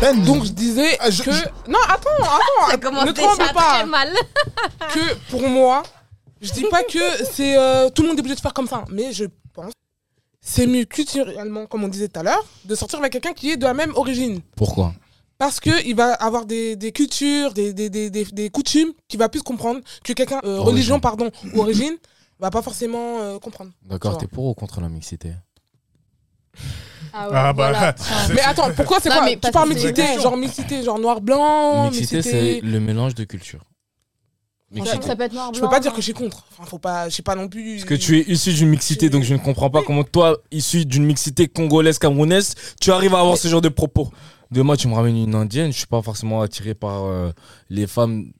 peine. Donc je disais Ah, je- que. je- Non, attends, attends. Ça commence ne déjà tremble pas. très mal. Que pour moi, je dis pas que c'est euh, tout le monde est obligé de faire comme ça, mais je pense c'est mieux culturellement, comme on disait tout à l'heure, de sortir avec quelqu'un qui est de la même origine. Pourquoi Parce qu'il va avoir des, des cultures, des, des, des, des, des coutumes qu'il va plus comprendre que quelqu'un, euh, Origine. religion, pardon, ou origine, va pas forcément euh, comprendre. D'accord, Tu t'es pour ou contre la mixité Ah, Ah bah, voilà. Mais attends, pourquoi c'est Non, quoi mais Tu parce parles que c'est la mixité, question. genre mixité, genre noir-blanc, Mixité, c'est le mélange de cultures. Franchement, Mixité. ça peut être noir, Je peux blanc, pas dire que hein. j'ai contre. Enfin, faut pas, je sais pas non plus. Parce que tu es issu d'une mixité, donc je ne comprends pas comment toi, issu d'une mixité congolaise-camerounaise, tu arrives à avoir ce genre de propos. Demain, tu me ramènes une indienne, je suis pas forcément attiré par euh, les femmes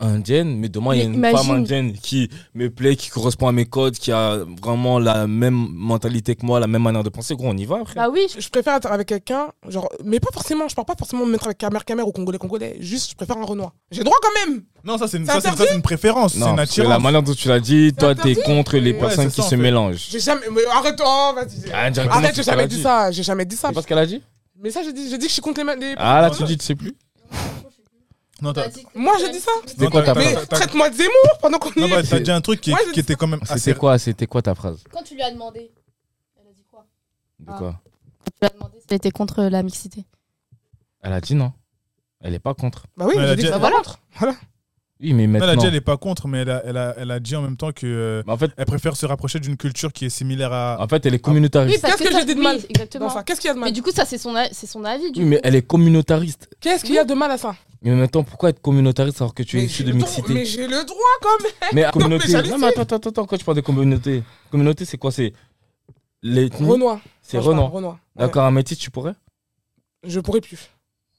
indiennes, mais demain, il y a Mais une imagine. femme indienne qui me plaît, qui correspond à mes codes, qui a vraiment la même mentalité que moi, la même manière de penser. Gros, on y va après. Bah oui, Je préfère être avec quelqu'un, genre, mais pas forcément, je parle pas forcément me mettre avec Camer Camer ou Congolais Congolais, juste je préfère un Renoir. J'ai droit quand même Non, ça c'est une, C'est ça, c'est- interdit ça, c'est une préférence, c'est Non, une parce que la attirance. manière dont tu l'as dit, toi, t'es interdit. contre les Ouais, personnes qui c'est ça, en se fait. mélangent. J'ai jamais. Mais arrête, oh, vas-y. Ah, directement, Arrête, c'est j'ai ce qu'elle jamais a dit ça, j'ai jamais dit ça. C'est pas ce qu'elle a dit Mais ça, j'ai dit, j'ai dit que je suis contre les. ma- les- Ah, là, tu dis, tu sais plus. Non, t'as Moi, j'ai dit ça C'était quoi ta Non, Mais t'as- phrase t'as- traite-moi de Zemmour pendant qu'on non, y bah, est. t'as dit un truc qui, Moi, j'ai qui dit était quand même Ah, assez. C'était quoi, c'était quoi ta phrase Quand tu lui as demandé, elle a dit quoi De Ah. quoi Tu lui as demandé si elle était contre la mixité. Elle a dit non. Elle est pas contre. Bah oui, Ouais, elle a j'ai dit dit- ça. Bah Voilà. Oui, mais Non, elle maintenant. a dit elle est pas contre, mais elle a, elle a, elle a dit en même temps que euh, Mais en fait, elle préfère se rapprocher d'une culture qui est similaire à. en fait, Ah. elle est communautariste. parce que ça- j'ai dit de oui, mal. Exactement. Dans ça, qu'est-ce qu'il y a de Mais mal du coup, ça, c'est son, a- c'est son avis. Du Oui, mais elle est communautariste. Qu'est-ce qu'il y a de mal à ça Mais maintenant, pourquoi être communautariste alors que tu es Mais issu j'ai de le droit- mixité Mais j'ai le droit quand même Mais communauté- communauté. mais j'allais Non, mais attends, attends, attends, quand tu parles de communauté, communauté, c'est quoi C'est l'ethnie Renoir. Hmm? C'est Moi, je parle Renan. Renoir. Ouais. D'accord, un métis, tu pourrais Je pourrais plus.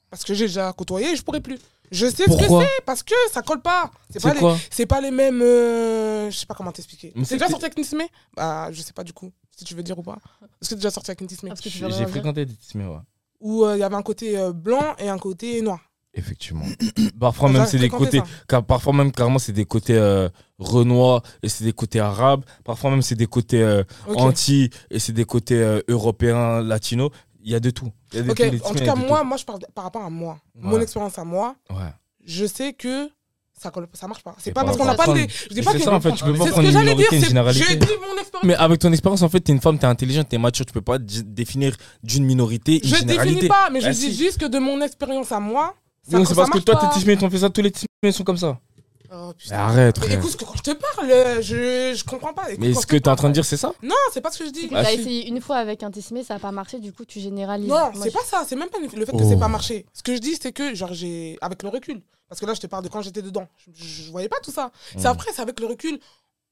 Parce que j'ai déjà côtoyé et je pourrais plus. Je sais ce que Pourquoi c'est, parce que ça colle pas. C'est pas C'est les- quoi C'est pas les mêmes. euh, je sais pas comment t'expliquer. Mais C'est c'est déjà que- sorti avec Nismé Bah, je sais pas du coup, si tu veux dire ou pas. Est-ce que t'es déjà sorti avec Nismé parce que tu J'ai veux j'ai rien dire. fréquenté des tismés, ouais. Où euh, il y avait un côté euh, blanc et un côté noir. Effectivement. Parfois même J'avais c'est des fréquenté côtés, car parfois même carrément c'est des côtés euh, renois et c'est des côtés arabes. Parfois même c'est des côtés euh, ça. Ok. anti et c'est des côtés euh, européens, latinos. Il y a de tout. Il y a de Ok, tous les en tismés, tout il y a cas, de tout. moi, moi, je parle de- par rapport à moi. Mon Ouais. expérience à moi, Ouais. je sais que ça, colle, ça marche pas. C'est Et pas par parce qu'on a rapport pas à des. prendre- Je dis pas C'est que. ça en fait, tu peux C'est C'est pas ce que prendre une j'allais dire, minorité, une c'est. J'ai généralité. dit mon expérience. Mais avec ton expérience, en fait, t'es une femme, t'es intelligente, t'es mature, tu peux pas di- définir d'une minorité une Je définis généralité. pas, mais je Ah, dis si. juste que de mon expérience à moi. ça- Donc c'est ça parce que marche toi, pas. tes tismés, t'ont fait ça, tous les tismés sont comme ça. Oh, putain. Arrête, Mais frère. écoute, ce que- quand je te parle, euh, je, je comprends pas. Écoute, Mais quand ce je que te t'es en train parle, de dire, c'est ça Non, c'est pas ce que je C'est dis. que Ah, t'as si. essayé une fois avec un décimé, E, ça a pas marché, du coup, tu généralises. Non, Moi, c'est je- pas ça. C'est même pas le fait que Oh. c'est pas marché. Ce que je dis, c'est que genre j'ai avec le recul. Parce que là, je te parle de quand j'étais dedans. Je, je- je voyais pas tout ça. C'est Mm. après, c'est avec le recul,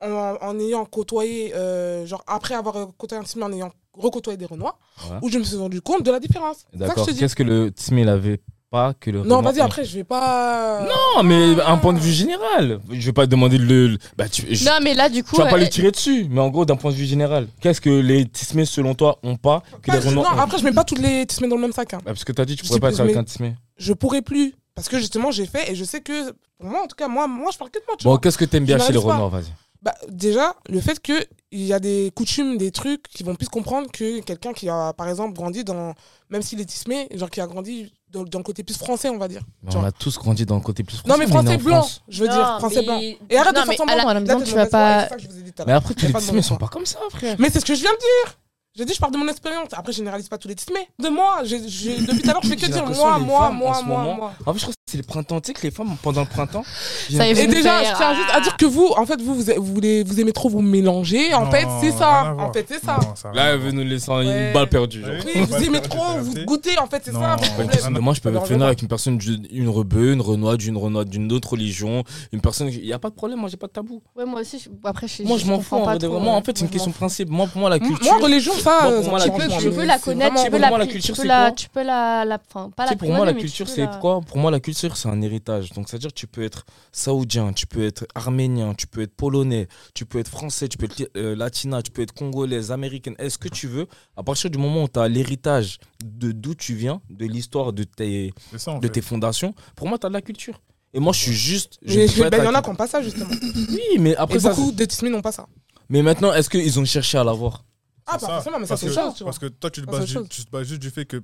en, en ayant côtoyé, euh, genre après avoir euh, côtoyé un tismé, en ayant recôtoyé des renois, Ouais. où je me suis rendu compte de la différence. C'est ça que D'accord. je te dis. Qu'est-ce que le tismé l'avait pas que le Non, Renoir vas-y. a Après, je vais pas. Non, mais un point de vue général. Je vais pas te demander de le. le- Bah, tu, je- Non, mais là, du tu coup. vas pas elle- les tirer dessus, mais en gros, d'un point de vue général, qu'est-ce que les tismés, selon toi, ont pas que Pas- les non, renois ont après, je mets pas toutes les tismés dans le même sac. hein. Bah, Parce que t'as dit, tu Je pourrais sais pas plus, être avec mais- un tismé. Je pourrais plus. Parce que justement, j'ai fait et je sais que, pour moi, en tout cas, moi, moi je parle que de moi. tu Bon, vois. qu'est-ce que t'aimes bien Je chez les m'arrive pas. renois Vas-y. Bah, déjà, le fait que il y a des coutumes, des trucs qui vont plus comprendre que quelqu'un qui a, par exemple, grandi dans, même s'il est tismé, genre qui a grandi dans, dans le côté plus français, on va dire. Mais Tu on vois. a tous grandi dans le côté plus français. non, mais on est né français en blanc, France. je veux Non, dire, français mais- blanc. Et arrête de Non, faire mais semblant. à la- à la Là, maison, t'es tu dans le vas pas- ouais, c'est ça que je vous ai dit tout à Mais l'heure. après, tous Y a les pas de tismés bon sont sens. pas comme ça, frère. Mais c'est ce que je viens de dire. J'ai dit, je parle de mon expérience. Après, je généralise pas tous les tismés. De moi, j'ai- j'ai- depuis tout à l'heure, je fais que J'ai dire l'impression moi, les moi, femmes, en moi, ce moi, moment, moi. En fait, je crois que c'est le printemps. Tu sais que les femmes, pendant le printemps. Ça y est, Et vous déjà, me je faire- ah. tiens juste à dire que vous, en fait, vous, vous, vous, voulez- vous aimez trop vous mélanger. En Non, fait, c'est rien ça. à En voir. fait, c'est ça. Non, ça va. Là, elle veut nous laisser Ouais. une balle perdue. genre. Oui, Oui, faut vous pas aimez faire trop, du vous perverti. goûtez, en fait, c'est ça Non. votre Pas une problème. question. Demain, je peux Ça être leur vénère va. avec une personne, d'une une rebeu, une renoie, d'une renoie, d'une autre religion, une personne. Il n'y a pas de problème, moi, j'ai pas de tabou. Ouais, moi aussi, je- après, je suis. Moi, je m'en fous. comprends En, pas vrai, de trop, vraiment, ouais. en fait, c'est une Moi, je question m'en de principe. Moi, pour moi, la culture. Moi, religion, ça, Moi, pour ça moi, la me plaît, culture, mais Tu peux la c'est connaître, vraiment- tu peux pour la, moi, la pri- culture, tu peux c'est la, quoi tu peux la, la, enfin, pas Tu la sais, pour moi, primer, la mais tu culture, peux c'est la- quoi Pour moi, la culture, c'est un héritage. Donc, c'est-à-dire, tu peux être saoudien, tu peux être arménien, tu peux être polonais, tu peux être français, tu peux être euh, latina, tu peux être congolaise, américaine. Est-ce que tu veux À partir du moment où tu as l'héritage de d'où tu viens, de l'histoire, de tes, C'est ça, en de fait. tes fondations, pour moi, tu as de la culture. Et moi, je suis juste. je Mais- peux pas ben, être Il y en la a qui n'ont pas ça, justement. Oui, mais après Et ça. beaucoup de tismés n'ont pas ça. Mais maintenant, est-ce qu'ils ont cherché à l'avoir Ah, C'est pas ça. forcément, mais ça, Parce c'est que- autre chose, tu vois. Parce que toi, tu te Ça, bases c'est autre ju- tu te bases juste du fait que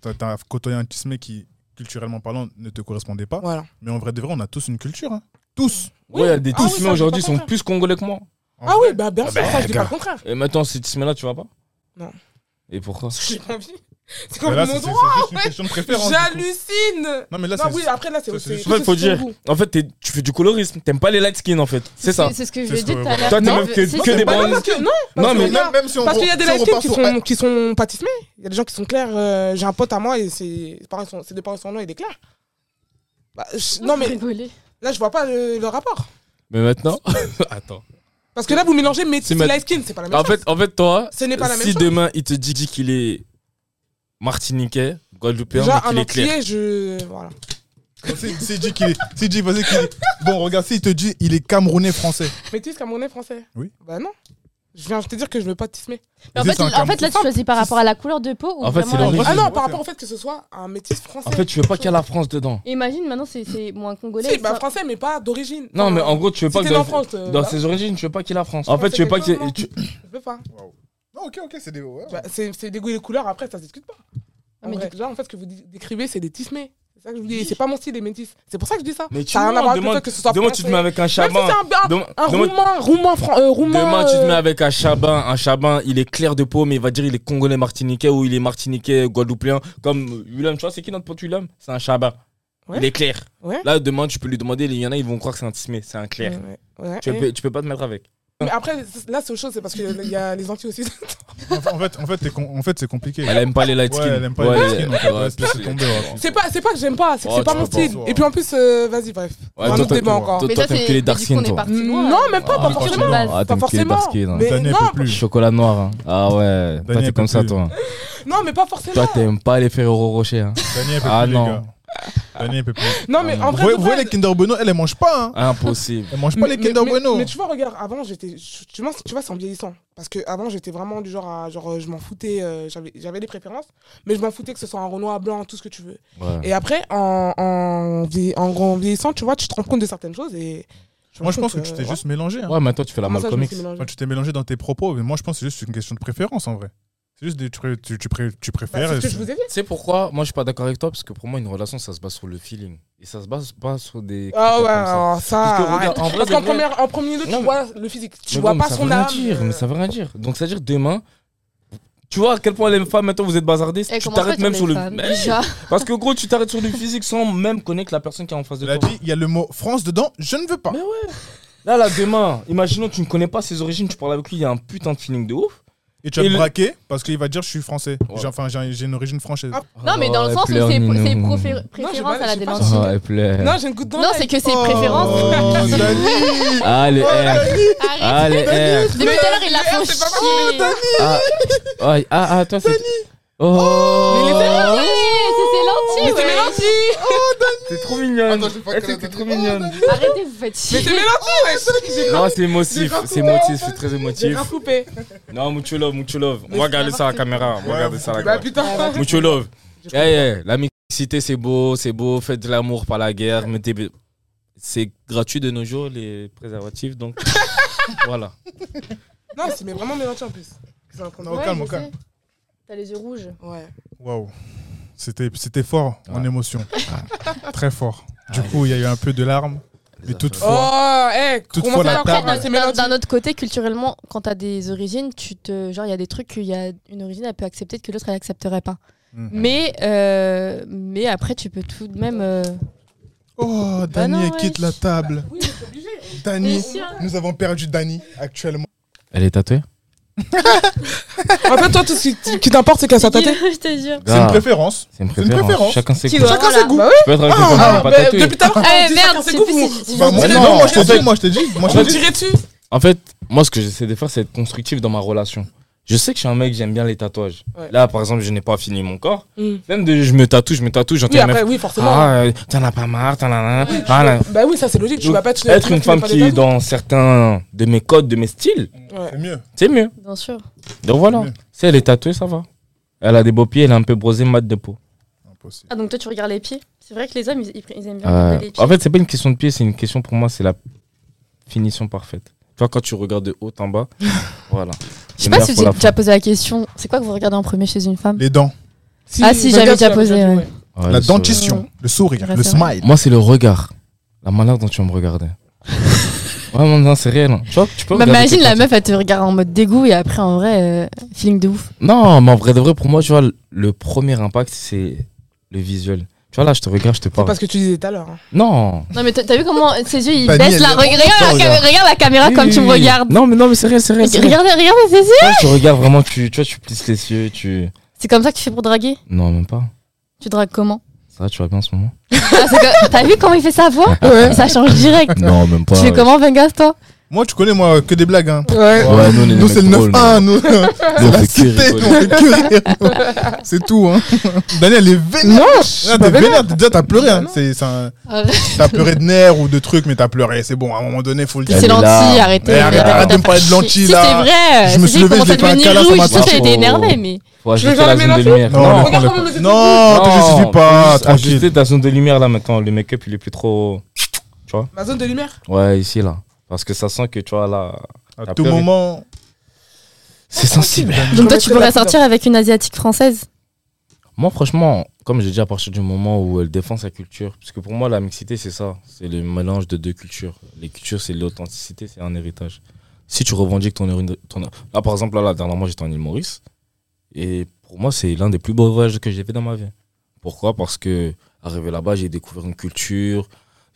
t'as- t'as côtoyé un tismé qui culturellement parlant, ne te correspondait pas. Voilà. Mais en vrai de vrai, on a tous une culture. hein. Tous. Ouais, il y a des Ah oui, tissus ça, je aujourd'hui dis qui pas le sont contraire. plus congolais que moi. En Ah vrai. oui, bah bien sûr, ça, je dis pas le contraire. Et maintenant, ces tissus-là, tu vas pas Non. Et pourquoi Parce que J'ai pas envie. C'est Mais comme là, mon c'est- c'est- droit. c'est juste une question de préférence. du coup. J'hallucine. Non, mais là, Non, c'est oui, après là, ça, c'est c'est c'est- juste- tout Ouais, ce faut que dire. c'est vous. En fait, t'es- tu fais du colorisme. T'aimes pas les light skins, en fait. C'est ça. C'est ce que je C'est lui ai ce dit que- tout à l'heure. Toi, t'es Non, même que- c'est- que des Bah, non, bronzes. parce que non, Non, parce mais- que regarde, même si on Parce qu'il y a re- des si on live repart qui sur- sont, qui sont pâtissemés. Il y a des gens qui sont clairs. euh, J'ai un pote à moi et ses, ses parents sont, ses deux parents sont noirs et il est clair. Bah, je- non, mais Rigoler. là, je vois pas le, le rapport. Mais maintenant. Attends. Parce que là, vous mélangez mes C'est c'est ma- light skin, c'est pas la même En chose. fait, en fait toi, Ce n'est pas la même si chose. demain il te dit dit qu'il est martiniquais, guadeloupéen, Déjà, mais un qu'il est clair. entier, je. Voilà. C'est c'est dit qu'il est. C'est dit vas-y, qu'il est. Bon, regarde, s'il te dit, il est camerounais français. Mais tu es camerounais français Oui. Bah non. Je viens de te dire que je veux pas tismer. Ah, Ah, Mais En C'est fait, ça, un il- en fait, là, tu Cameroun. choisis par rapport à la couleur de peau ou En fait, c'est vraiment- l'origine. Ah non, ouais, par c'est- rapport au fait que ce soit un métis français. En fait, tu veux pas qu'il y ait la France dedans. Imagine, maintenant, c'est- c'est moins congolais. Si, bah ça- français, mais pas d'origine. Non, mais en Enfin, gros, tu veux si pas t'es que né en dans, France, euh, dans bah, ses origines, tu veux pas qu'il y ait la France. En En fait, fait, tu veux pas que. quelque c'est- tu- je veux pas. Non, ok, ok, c'est des. ouais, ouais. Bah, c'est c'est des goûts et des couleurs, après, ça se discute pas. En Ah, mais vrai, là, en fait, ce que vous dé- décrivez, c'est des tismés. C'est ça que je vous dis. C'est pas mon style, les métis. C'est pour ça que je dis ça. Mais tu ça a rien à voir avec le demandes- fait que ce soit Demain, tu te mets avec un Même si chabin. c'est un, un, Demain, un demain- roumain, roumain, fran- euh, roumain. Demain, tu te euh, mets avec un chabin. Un chabin, il est clair de peau, mais il va dire il est congolais martiniquais ou il est martiniquais guadeloupéen. Comme Willem, tu vois, c'est qui notre pote Willem C'est un chabin. Ouais. Il est clair. Ouais. Là, demain, tu peux lui demander, il y en a, ils vont croire que c'est un tismé, c'est un clair. Ouais, ouais, Tu, ouais. peux, tu peux pas te mettre avec. Mais après, c'est- là, c'est autre chose, c'est parce qu'il y a les Antilles aussi. En fait- en fait, en fait, t'es con- en fait, c'est compliqué. Elle aime pas les light Ouais, skins. elle aime pas les light skins, en fait. Ouais, c'est laissé tomber, hein, ouais. c'est pas, c'est pas que j'aime pas, c'est que Oh, c'est pas tu mon peux pas. style. Et puis en plus, euh, vas-y, bref. Ouais, un toi, autre t'as- hein. débat encore. toi, Mais toi, ça, t'aimes c'est- que les mais dark du skins, coup, on est toi. parti loin, là. Non, même pas, Ah, pas tu forcément. continues. pas Ah, t'aimes que les forcément. dark skins, hein. Mais Daniel non, peut plus. Chocolat noir. hein. Ah ouais. Toi, Daniel t'es peut comme ça, plus. toi. non, mais pas forcément. Toi, t'aimes pas les Ferrero Rocher. hein. Daniel peut Ah, plus, non. les gars. Daniel peut plus. non, mais en vrai, Vous voyez- de vous voyez vrai, les Kinder Bueno, elle, elle mange pas. Hein. Impossible. Elle mange pas les Kinder Bueno. mais tu vois, regarde, avant j'étais. je- Tu vois, tu vois c'est en vieillissant. Parce que avant j'étais vraiment du genre à. Genre, euh, je m'en foutais, euh, j'avais j'avais des préférences, mais je m'en foutais que ce soit un Renoir blanc, tout ce que tu veux. Ouais. Et après, en, en, vieilli- en, en vieillissant, tu vois, tu te rends compte de certaines choses et. me Moi, rends je pense que compte, tu euh, t'es ouais. juste mélangé. hein. Ouais, mais toi, tu fais la Comment ça, je me Malcolm suis Bah, X. mélangée Enfin, tu t'es mélangé dans tes propos, mais moi, je pense que c'est juste une question de préférence en vrai. C'est juste des, tu, pré- tu, tu pré- tu Bah, préfères. C'est et ce que je c'est- vous ai dit. Tu sais pourquoi Moi, je suis pas d'accord avec toi parce que pour moi, une relation, ça se base sur le feeling. Et ça se base pas sur des. Ah critères ouais, comme ça. alors ça. Parce que, arrête. regarde, en vrai, Parce de qu'en vrai- première- en premier lieu, Non, tu mais- vois le physique, tu Mais vois bon, pas mais ça son veut rien âme. dire, euh, mais ça veut rien dire. Donc, ça veut dire demain. Tu vois à quel point les femmes, maintenant, vous êtes bazardistes. Eh, tu comment t'arrêtes fait, même on sur est le. femme, Mais- déjà. Parce que gros, tu t'arrêtes sur le physique sans même connaître la personne qui est en face de Elle a toi. dit, il y a le mot France dedans, je ne veux pas. Mais Là, là, demain, imaginons, tu ne connais pas ses origines, tu parles avec lui, il y a un putain de feeling de ouf. Et tu vas Et te le- braquer parce qu'il va dire, je suis français. Ouais. J'ai- Enfin, j'ai j'ai une origine française. Ah, Non, mais Oh, dans le sens où c'est c'est profé- préférence pas- à la j'ai pas- démenti. elle pleure. Non, j'ai une goutte dans Non, l'œil. c'est que c'est préférence. Oh, Dani Ah, les R. Arrête. Ah, les R. Depuis tout à l'heure, il l'a fait chier. Ah, ah, ah, ah, toi, c'est. Oh, Ouais, c'est- Mais c'est C'est lentille, ouais. Mélenchie t'es trop mignonne. Elle, t'es trop mignonne. Oh, Arrêtez, vous faites Mais chier. c'est Mélenchie, wesh J'ai grave- Non, c'est émotif, J'ai c'est grave émotif, je suis très J'ai émotif. rien coupé. Non, mucho love, mucho love. Mais On va c'est regarder ça à la n'importe caméra, on va Ouais, regarder ça à la Bah caméra. putain Mucho love. Eh, J'ai- eh, la mixité, c'est beau, c'est beau, faites de l'amour, pas la guerre. mettez- C'est gratuit de nos jours, les préservatifs, donc voilà. Non, c'est mais vraiment Mélenchie en plus. Ils sont en train de- Non. Ouais, calme, je au calme. sais. T'as les yeux rouges. Ouais. Waouh. C'était c'était fort en Ouais. Ah, émotion. Très fort. Du coup, il y a eu un peu de larmes. Mais toutefois- Oh, eh, Toutefois, comment la ça encore table- hein, Après, C'est d'un- Mélenchie d'un autre côté, culturellement, quand t'as des origines, tu te, genre, il y a des trucs qu'il y a une origine, elle peut accepter que l'autre elle accepterait pas. Mhm. Mais, euh, mais après, tu peux tout de même. euh, Oh, Bah Dani non, elle quitte wesh. la table. Oui, mais c'est obligé. Dani, Mais tiens. nous avons perdu Dani actuellement. Ah. Elle est tatouée En fait, toi, tout ce qui- qui t'importe, c'est qu'elle soit tâtée. Je te jure. C'est une préférence. C'est une C'est une préférence. préférence. Chacun ses goûts. dois- Chacun Voilà. ses goûts. Tu peux être avec quelqu'un qui Ah, n'est pas mais tatoué. depuis tout à l'heure, on Eh dit merde, chacun ses c'est goûts, plus- vous. c'est- c'est- Bah, moi, non, non, moi, je on te dirait- dis, moi je te dis, moi je On te dis. tirait dessus. En fait, moi, ce que j'essaie de faire, c'est être constructif dans ma relation. Je sais que je suis un mec, j'aime bien les tatouages. Ouais. Là, par exemple, je n'ai pas fini mon corps. Mm. Même de, je me tatoue, je me tatoue, j'entends Oui, la meuf, après, oui, forcément. Ah, euh, t'en as pas marre, t'en as. Ah, là. Bah oui, ça c'est logique, tu Donc, vas pas être Être une tu vas femme pas qui les est dans certains de mes codes, de mes styles, Ouais. C'est mieux. c'est mieux. Bien sûr. Donc voilà. C'est mieux. Si elle est tatouée, ça va. Elle a des beaux pieds, elle est un peu brosée, mat de peau. Impossible. Ah, donc toi, tu regardes les pieds C'est vrai que les hommes, ils, ils- ils aiment bien Euh, regarder les pieds. en fait, c'est pas une question de pied, c'est une question pour moi, c'est la finition parfaite. Tu vois, quand tu regardes de haut en bas, voilà. je sais pas J'aime si bien pour j'ai la déjà posé la question. C'est quoi que vous regardez en premier chez une femme Les dents. Si, Ah si, je j'avais regarde, déjà tu posé, l'as ouais. déjà dit, Ouais, la le sourire. dentition, le sourire, Ouais, le c'est vrai. smile. Moi, c'est le regard. La manière dont tu vas me regarder. ouais, non, non, c'est réel. hein. Tu vois, tu peux Bah, regarder imagine quelqu'un, la meuf, elle te regarde en mode dégoût et après, en vrai, euh, feeling de ouf. Non, mais en vrai de vrai, pour moi, tu vois, le premier impact, c'est le visuel. Tu vois, là, je te regarde, je te C'est parle. parce que tu disais tout à l'heure. hein. Non. Non, mais t'as t'as vu comment ses yeux ils Bah, baissent Niel, là elle- Regarde, regarde la, regarde. cam- regarde la caméra Oui, Ah, comme tu oui, me oui. regardes. Non, mais non, mais c'est réel, c'est réel. c'est réel. Regarde, regarde ses yeux. Tu vois, Tu regardes vraiment, tu, tu vois, tu plisses les yeux, tu. C'est comme ça que tu fais pour draguer Non, même pas. Tu dragues comment Ça va, tu vas bien en ce moment Ah, c'est que- T'as vu comment il fait sa voix Ça change direct. Non, même pas. Tu fais comment, Vengas, toi Moi, tu connais, moi, que des blagues. hein. Ouais. Ouais, nous, on est des Nous, c'est le mecs drôles, 9-1, nous. C'est nous. Nous, on la fait que cité, nous, rigoler. on fait que rire, nous. C'est tout, hein. Daniel, elle est vénère. Non, je suis Ah, pas T'es vénère. vénère, déjà, t'as pleuré. hein. Bah non. C'est- c'est un- Arrête. T'as pleuré de nerfs ou de trucs, mais t'as pleuré. C'est bon, à un moment donné, faut le Puis Elle dire. est c'est là. lentilles, arrêtez. Eh, arrête- arrêtez, arrête de me faire parler de chier. lentilles, Si, là. c'est vrai. Je me suis levé, je je l'ai fait un câlin, ça m'a Je sais, fait j'ai été mal. énervé, mais. Faut Je ajuster vais faire la la zone de mélanger lumière. Non, Regarde non, comment non, le- non, te justifie faut pas, juste tranquille. Ajuster ta zone de lumière là maintenant. Le make-up il est plus trop. Ma zone de lumière. Ouais, ici là. Parce que ça sent que tu vois là. À tout moment. C'est sensible. Donc toi, Remettez tu la pourrais poudre. sortir avec une asiatique française Moi, franchement, comme j'ai dit, à partir du moment où elle défend sa culture, parce que pour moi, la mixité, c'est ça. C'est le mélange de deux cultures. Les cultures, c'est l'authenticité, c'est un héritage. Si tu revendiques ton héritage. Là, par exemple, là, là, dernièrement, j'étais en île Maurice. Et pour moi, c'est l'un des plus beaux voyages que j'ai fait dans ma vie. Pourquoi Parce que, arrivé là-bas, j'ai découvert une culture,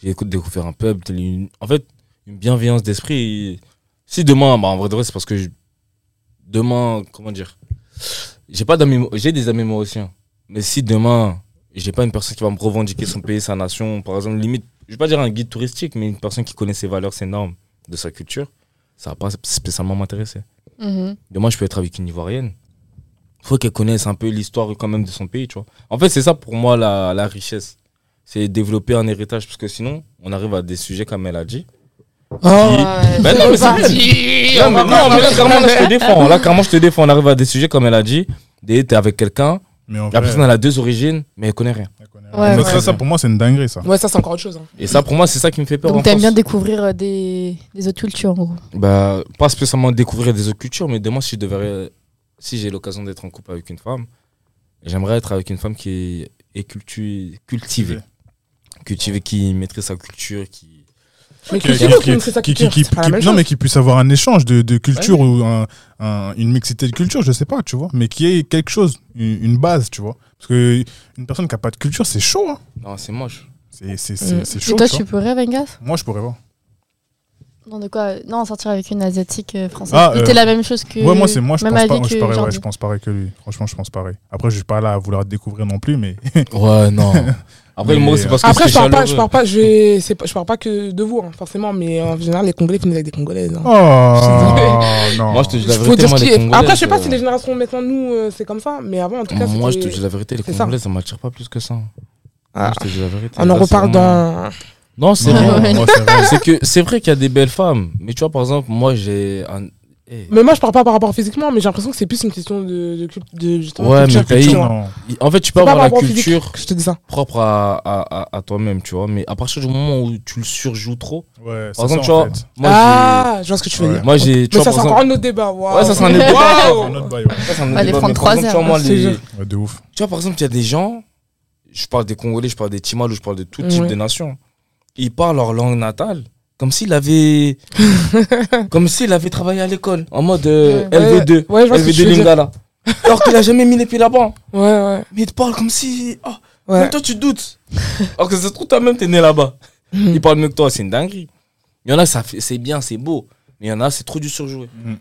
j'ai décou- découvert un peuple, une- en fait, une bienveillance d'esprit. Et Si demain, bah, en vrai, de vrai, c'est parce que je- demain, comment dire J'ai pas d'amis, Mau- j'ai des amis mauriciens. Mais si demain, j'ai pas une personne qui va me revendiquer son pays, sa nation, par exemple, limite, je vais pas dire un guide touristique, mais une personne qui connaît ses valeurs, ses normes, de sa culture, ça va pas spécialement m'intéresser. Demain, je peux être avec une Ivoirienne. faut qu'elle connaisse un peu l'histoire quand même de son pays, tu vois. En fait, c'est ça pour moi la, la richesse. C'est développer un héritage, parce que sinon, on arrive à des sujets, comme elle a dit. qui- Ben non, mais c'est- non, mais, non, mais là, clairement, là, je te défends. Là, clairement, je te défends. On arrive à des sujets, comme elle a dit. Des- T'es avec quelqu'un, Mais en la vrai, personne elle a deux origines, mais elle connaît rien. Ouais, ouais. mais ça, ça, pour moi, c'est une dinguerie, ça. Ouais, ça, c'est encore autre chose. hein. Et ça, pour moi, c'est ça qui me fait peur. en Donc t'aimes France. bien découvrir euh, des, des autres cultures en gros. bah, Pas spécialement découvrir des autres cultures, mais demain, si je devrais, si j'ai l'occasion d'être en couple avec une femme, j'aimerais être avec une femme qui est, est cultu- cultivée. Ouais. Cultivée, qui maîtrise sa culture, qui. Mais Qui- qui qui- c'est qui- qui c'est ça qui qui- qui- tire, qui- c'est pas la même qui- Non, chose. mais qui puisse avoir un échange de, de culture ou un- un- une mixité de culture, je sais pas, tu vois. Mais qui ait quelque chose, une, une base, tu vois. Parce que une personne qui a pas de culture, c'est chaud. Hein. Non, c'est moche. C'est c'est- Mm. c'est- c'est chaud. Et toi, tu tu pourrais, Vengas vois. Moi, je pourrais voir. Non, de quoi euh, Non, sortir avec une asiatique euh, française. Ah, euh, C'était la même chose que. Ouais, moi, c'est moi, je même pense, avis pas, moi, je, que pareil, ouais, Jordi. je pense pareil que lui. Franchement, je pense pareil. Après, je suis pas là à vouloir découvrir non plus, mais Ouais, non. Après, Mais- le mot, c'est parce que Après, c'est je parle pas, chaleureux. je parle pas, je vais, c'est pas- je parle pas que de vous, hein, forcément, mais en général, les Congolais finissent avec des Congolaises. hein. oh non. Moi, je te dis la Faut vérité. dire ce moi, qui les est- Congolais, Après, je sais pas euh, si les générations maintenant, nous, euh, c'est comme ça, mais avant, en tout cas, Moi, je te c'était- dis la vérité, les c'est ça. Congolais, ça m'attire pas plus que ça. Ah. Moi, je te dis la vérité. On en Là, c'est reparle vraiment- dans. Non, c'est Non, vrai. moi, c'est vrai. C'est que c'est vrai qu'il y a des belles femmes, mais tu vois par exemple, moi j'ai un eh, Mais moi, je parle pas par rapport physiquement, mais j'ai l'impression que c'est plus une question de, de, cul- de justement, Ouais, culture, mais pays, culture, hein. Non. en fait, tu peux C'est pas par avoir la rapport au physique culture que je te dis ça. propre à, à, à- à toi-même, tu vois, mais à partir du moment où tu le surjoues trop, Ouais, c'est par exemple, ça, tu en vois, fait. moi ah, je vois ce que tu veux Ouais. j'ai dire. moi j'ai tu Mais ça, vois par c'est encore un exemple, autre débat. waouh. Ouais, ça, c'est un débat. Un autre bail, ouais. ça, c'est un autre Allez, débat, mais prendre par exemple, tu vois, trois moi, heures, les- hein, c'est tu sûr. Ouais, de ouf. vois par exemple, il y a des gens je parle des Congolais, je parle des Timals, je parle de tout type Ouais. de nations. Ils parlent leur langue natale comme s'il avait comme s'il avait travaillé à l'école en mode euh, Ouais. LV2, Ouais, je vois ce que tu LV2 veux dire. Lingala. Alors qu'il a jamais mis les pieds là-bas. Ouais, ouais. Mais il te parle comme si. oh, ouais. Même toi, tu doutes. Alors que ça se trouve, toi-même, t'es né là-bas. Mhm. Il parle mieux que toi, c'est une dinguerie. Il y en a, ça fait- c'est bien, c'est beau. Mais il y en a, c'est trop du surjoué. Mhm.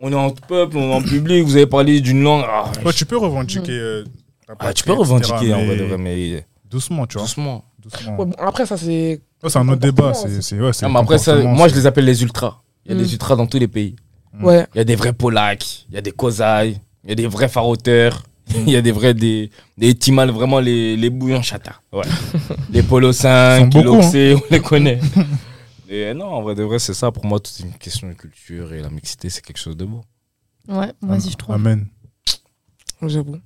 On est en peuple, on est en public, vous avez parlé d'une langue. Ah, Toi, tu peux revendiquer. euh, ta ah, tu patrie, peux revendiquer, etc., en vrai, de mais vrai, mais Doucement, tu vois. doucement. doucement. Ouais, bon, après, ça, c'est. Ouais, c'est un autre débat. C'est, c'est, ouais, c'est Non, mais après, ça, comportement, moi, je c'est- les appelle les ultras. Il y a Mhm. des ultras dans tous les pays. Mm. Ouais. Il y a des vrais Polacs, il y a des Kozaïs, il y a des vrais Faroteurs, il y a des vrais des, des Timals, vraiment les, les bouillons chata. Ouais. les Polo 5, Ils sont les beaucoup, hein. Loxé, on les connaît. Et non, en vrai de vrai, c'est ça. Pour moi, tout est une question de culture et la mixité, c'est quelque chose de beau. Ouais, moi aussi, je trouve. Amen. J'avoue.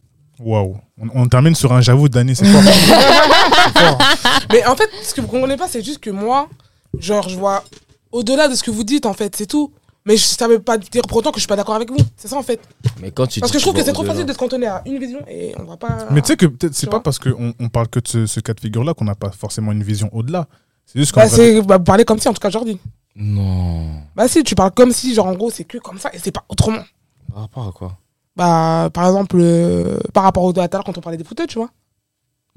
Waouh. On, on termine sur un j'avoue d'année, c'est fort. C'est fort. Mais en fait, ce que vous comprenez pas, c'est juste que moi, genre, je vois au-delà de ce que vous dites, en fait, c'est tout. Mais je savais pas dire pour autant que je suis pas d'accord avec vous. C'est ça en fait. Mais quand tu Parce dis que je trouve vas que c'est trop au-delà- facile d'être cantonné à une vision et on va pas. Mais tu sais que peut-être c'est Tu pas vois parce qu'on on parle que de ce, ce cas de figure-là qu'on n'a pas forcément une vision au-delà. C'est juste qu'en Bah, vrai- c'est bah, parler comme si, en tout cas, Jordi. Non. Bah, si, tu parles comme si, genre, en gros, c'est que comme ça et c'est pas autrement. Par rapport à quoi Bah, par exemple, euh, par rapport au à tout à l'heure, quand on parlait des fouteux, tu vois.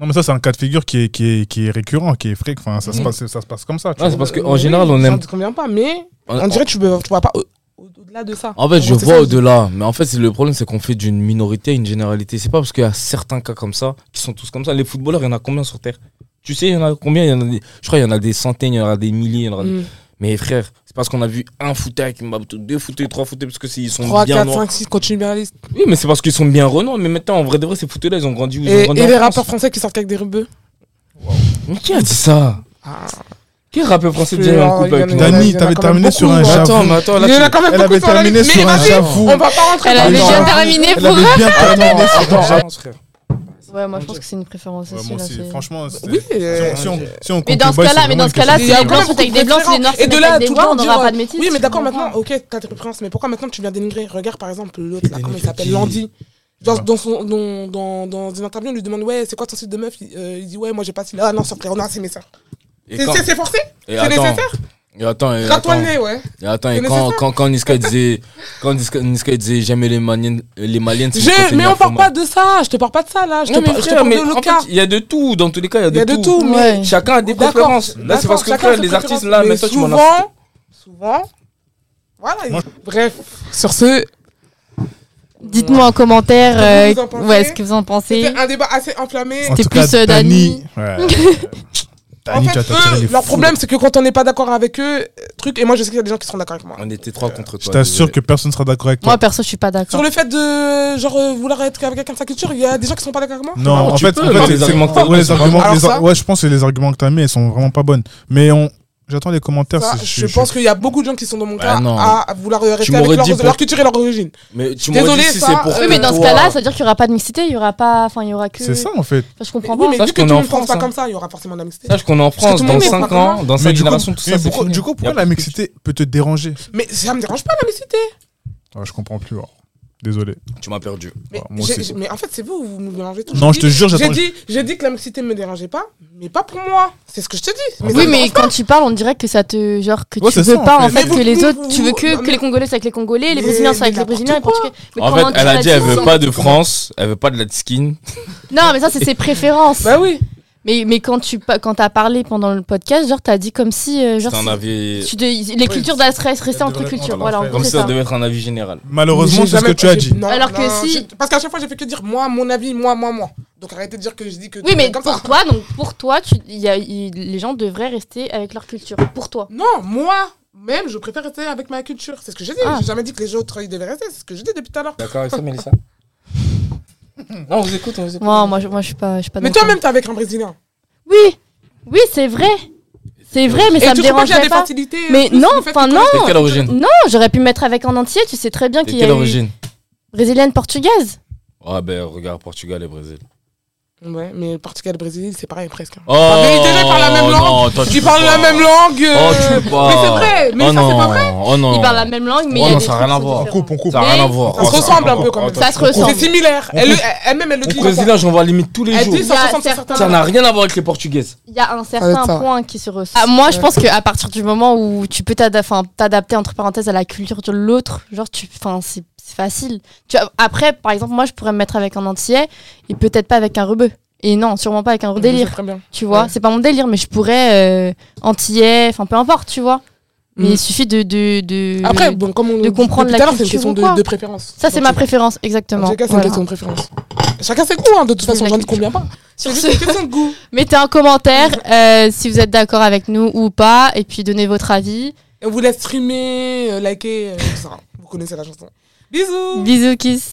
Non, mais ça, c'est un cas de figure qui est, qui est, qui est récurrent, qui est fréquent. Enfin, Mm-hmm. ça, se passe, ça se passe comme ça. tu Ah, vois. c'est parce Euh, qu'en général, oui, on ça aime. ne te convient pas, mais on- on dirait que tu ne vois pas au- au- au-delà de ça. En fait, je gros, c'est vois ça, au-delà. Mais en fait, c'est le problème, c'est qu'on fait d'une minorité une généralité. C'est pas parce qu'il y a certains cas comme ça qui sont tous comme ça. Les footballeurs, il y en a combien sur Terre Tu sais, il y en a combien Il y en a des- Je crois qu'il y en a des centaines, il y en a des milliers. il y en aura des- Mm. Mais frère, c'est parce qu'on a vu un footer avec Mbappé, deux footers, trois footers, parce que c'est- ils sont 3, bien 4, noirs. 5, 6, continue bien la liste. Oui, mais c'est parce qu'ils sont bien renommés. Mais maintenant, en vrai de vrai, ces footers-là, ils ont grandi où ils Et, ont grandi et en les France. rappeurs français qui sortent avec des rebeux. Mais qui a dit ça Ah, Quel rappeur français Je- dit un alors, couple avec il y en a- Mbappé Dani, il y en a t'avais quand terminé même sur un beaucoup, hein. Attends, j'avoue. mais attends, Il y en a là, quand même Elle beaucoup avait sur la terminé liste, mais sur un vas-y, j'avoue. On va pas rentrer Elle dans a les avait non. déjà gens. terminé Elle pour avait bien terminé sur un j'avoue. tu... Ouais, moi je pense que c'est une préférence Ouais, aussi. moi là, aussi, c'est- franchement, c'est- Oui, si euh, on- si on- si on Mais compte dans les ce boys, cas-là, c'est mais dans vraiment ce cas-là, une si Il y a les quand même blancs sont question de- beaucoup avec de des blancs, si préférences. les noirs sont Et de avec là, des tout le noirs, on monde n'aura dira- pas de métis. Oui, mais tu d'accord, comprends maintenant, ok, t'as tes préférences, mais pourquoi maintenant tu viens dénigrer Regarde par exemple l'autre, là, comment il s'appelle qui Landy. Dans, Ouais. dans, son, dans, dans, dans une interview, on lui demande Ouais, c'est quoi ton style de meuf il, euh, il dit Ouais, moi j'ai pas style. Ah non, c'est frère, on a c'est mes sœurs. Et C'est quand- c'est- c'est forcé et c'est attends, nécessaire et attends, et Gratte-toi attends, le nez, ouais. et attends, et C'est quand, nécessaire. quand, quand Niska disait, quand Niska, Niska disait jamais les maliennes, les maliennes, c'est J'ai- le côté Mais on Niafoma. parle pas de ça, je te parle pas de ça là. Je te Non, mais par- je te frère, parle mais de en l'autre fait, cas. il y a de tout, dans tous les cas, il y a Il y a de de tout, mais. Ouais. Chacun a des D'accord, préférences. Là, c'est d'accord, parce que chacun frère, ses les préférences, artistes, là, mais maintenant, tu m'en as foutu. souvent, souvent, voilà. Moi, Bref, sur ce, Dites-moi en commentaire euh, Ce que vous en pensez. ouais, ce que vous en pensez. c'était un débat assez enflammé. En C'était tout cas, plus, euh, Dani. ouais. En Dani, tu fait, as tiré eux, les leur fous, problème, c'est que quand on n'est pas d'accord avec eux, euh, truc, et moi je sais qu'il y a des gens qui seront d'accord avec moi. On était trois contre toi. Je t'assure que personne ne sera d'accord avec toi. Moi perso, je suis pas Sur d'accord. le fait de genre euh, vouloir être avec quelqu'un de sa culture, il y a des gens qui sont pas d'accord avec moi. Non, Non, en tu fait, peux, en fait, mais c'est- les c'est- arguments que t'as, ouais, les c'est arguments, vraiment- les ar- Alors ça- ouais, je pense que les arguments que t'as mis, elles sont vraiment pas bonnes. Mais on, j'attends les commentaires. Ça, je c'est- pense qu'il y a beaucoup de gens qui sont dans mon Bah cas non. à à vouloir euh, rester m'aurais avec leur, dit pour- leur culture et leur origine. Mais tu Désolé, m'aurais dit si ça, c'est pour. euh, Oui, mais dans ce toi- cas-là, ça veut dire qu'il n'y aura pas de mixité, il y aura pas. Enfin, il y aura que. C'est ça en fait. Enfin, je comprends oui, pas. mais Sache vu que qu'on tout est le en monde pense France, pas hein. comme ça, il y aura forcément de la mixité. Sache qu'on est en que France, tout le dans monde est 5 maintenant. ans, dans Mais cette du coup, génération, tout mais ça, c'est pourquoi- fini. du coup, Y a pourquoi la plus de mixité peut te déranger Mais ça me dérange pas la mixité. Ah, Je comprends plus. alors. Désolé. culture. Tu m'as perdu. Mais, Ouais, moi j'ai- aussi. j'ai- mais en fait, c'est vous, vous nous mélangez tout. Non, J'ai je te dit- jure, J'ai j'attends. dit, j'ai dit que la mixité me dérangeait pas, mais pas pour moi. C'est ce que je te dis. ça Oui, me mais dérange quand tu parles, on dirait que ça te. Genre, que Ouais, tu c'est veux ça, en pas, en fait. fait, Mais que les vous- autres. Tu veux vous- que que les Congolais soient avec les Congolais, les Mais- Brésiliens soient avec mais les Brésiliens, les n'importe Portugais. Mais En comment fait, tu elle a l'as dit, elle ça veut pas de France, elle veut pas de la skin. Non, mais ça, c'est ses préférences. pas. Bah oui. Mais, mais quand tu pa- quand as parlé pendant le podcast, genre, t'as dit comme si. euh, genre, C'est un si- avis. tu te- les cultures de la stress restaient entre devrait- cultures. on Voilà, va en faire gros, Comme c'est ça, ça ça. devait être un avis général. Malheureusement, J'ai c'est ce que jamais- tu as j'ai- dit. non, Alors que non, si- j'ai- Parce qu'à chaque fois, j'ai fait que dire moi, mon avis, moi, moi, moi. Donc arrêtez de dire que je dis que. Oui, tout mais est comme pour ça. toi, donc pour toi, tu, il y a, il- les gens devraient rester avec leur culture. Pour toi. Non, moi, même, je préfère rester avec ma culture. C'est ce que j'ai dit. Ah. J'ai jamais dit que les autres, ils devaient rester. C'est ce que j'ai dit depuis tout à l'heure. D'accord avec ça, Mélissa Non, on vous écoute, on vous écoute. Moi, moi, je, moi, je suis pas, je suis pas. Mais d'accord. toi-même, t'es avec un Brésilien. Oui, oui, c'est vrai, c'est vrai, mais Et ça tu me trouves pas qu'il y a dérangerait des euh, pas. facilités. Mais plus non, du fait enfin que- non, De quelle origine non, j'aurais pu me mettre avec en entier. Tu sais très bien De qu'il y a quelle eu origine brésilienne, portugaise. Ah ben regarde Portugal et Brésil. Ouais, mais Portugal, Brésil, c'est pareil presque. Oh Ah, mais déjà, ils parlent la même langue. non, toi, tu Ils peux parlent la pas. même langue. Ah, Oh, euh, tu peux pas. Mais c'est vrai. Mais oh, ça, c'est non. pas vrai. Oh non. Ils parlent la même langue, mais il Oh y a non, des ça a trucs rien à qui sont voir. On coupe, on coupe. Oh, Ça a rien à Mais voir. Ça se ressemble un peu quand même. Ça se C'est ressemble. similaire. Elle, le- elle- même, elle le Au dit. Brésilien, j'en vois limite tous les Elle jours. dit Il y a 160 certains- Ça n'a rien à voir avec les Portugaises. Il y a un Ah, certain ça. point qui se ressent. Ah, moi, je pense qu'à partir du moment où tu peux t'ada- 'fin, t'adapter entre parenthèses à la culture de l'autre, genre tu, 'fin, c'est c'est facile. Tu vois, après, par exemple, moi, je pourrais me mettre avec un entier et peut-être pas avec un rebeu. Et non, sûrement pas avec un délire. Très bien. Tu vois, Ouais. c'est pas mon délire, mais je pourrais euh, antillais, enfin peu importe, tu vois. Mais Mm. il suffit de de, de- Après, bon, comme on de comprendre depuis la tout à l'heure, c'est une culture question ou de, quoi. de préférence. ça c'est Donc, ma préférence exactement. Dans tous les cas, c'est une Voilà. question de préférence. Chacun ses goûts, hein, de toute façon, la j'en ne culture. conviens pas. C'est Sur juste ce- une question de goût. Mettez un commentaire euh, si vous êtes d'accord avec nous ou pas, et puis donnez votre avis. Et on vous laisse streamer, euh, liker, euh, tout ça. Vous connaissez la chanson. Bisous Bisous, kiss.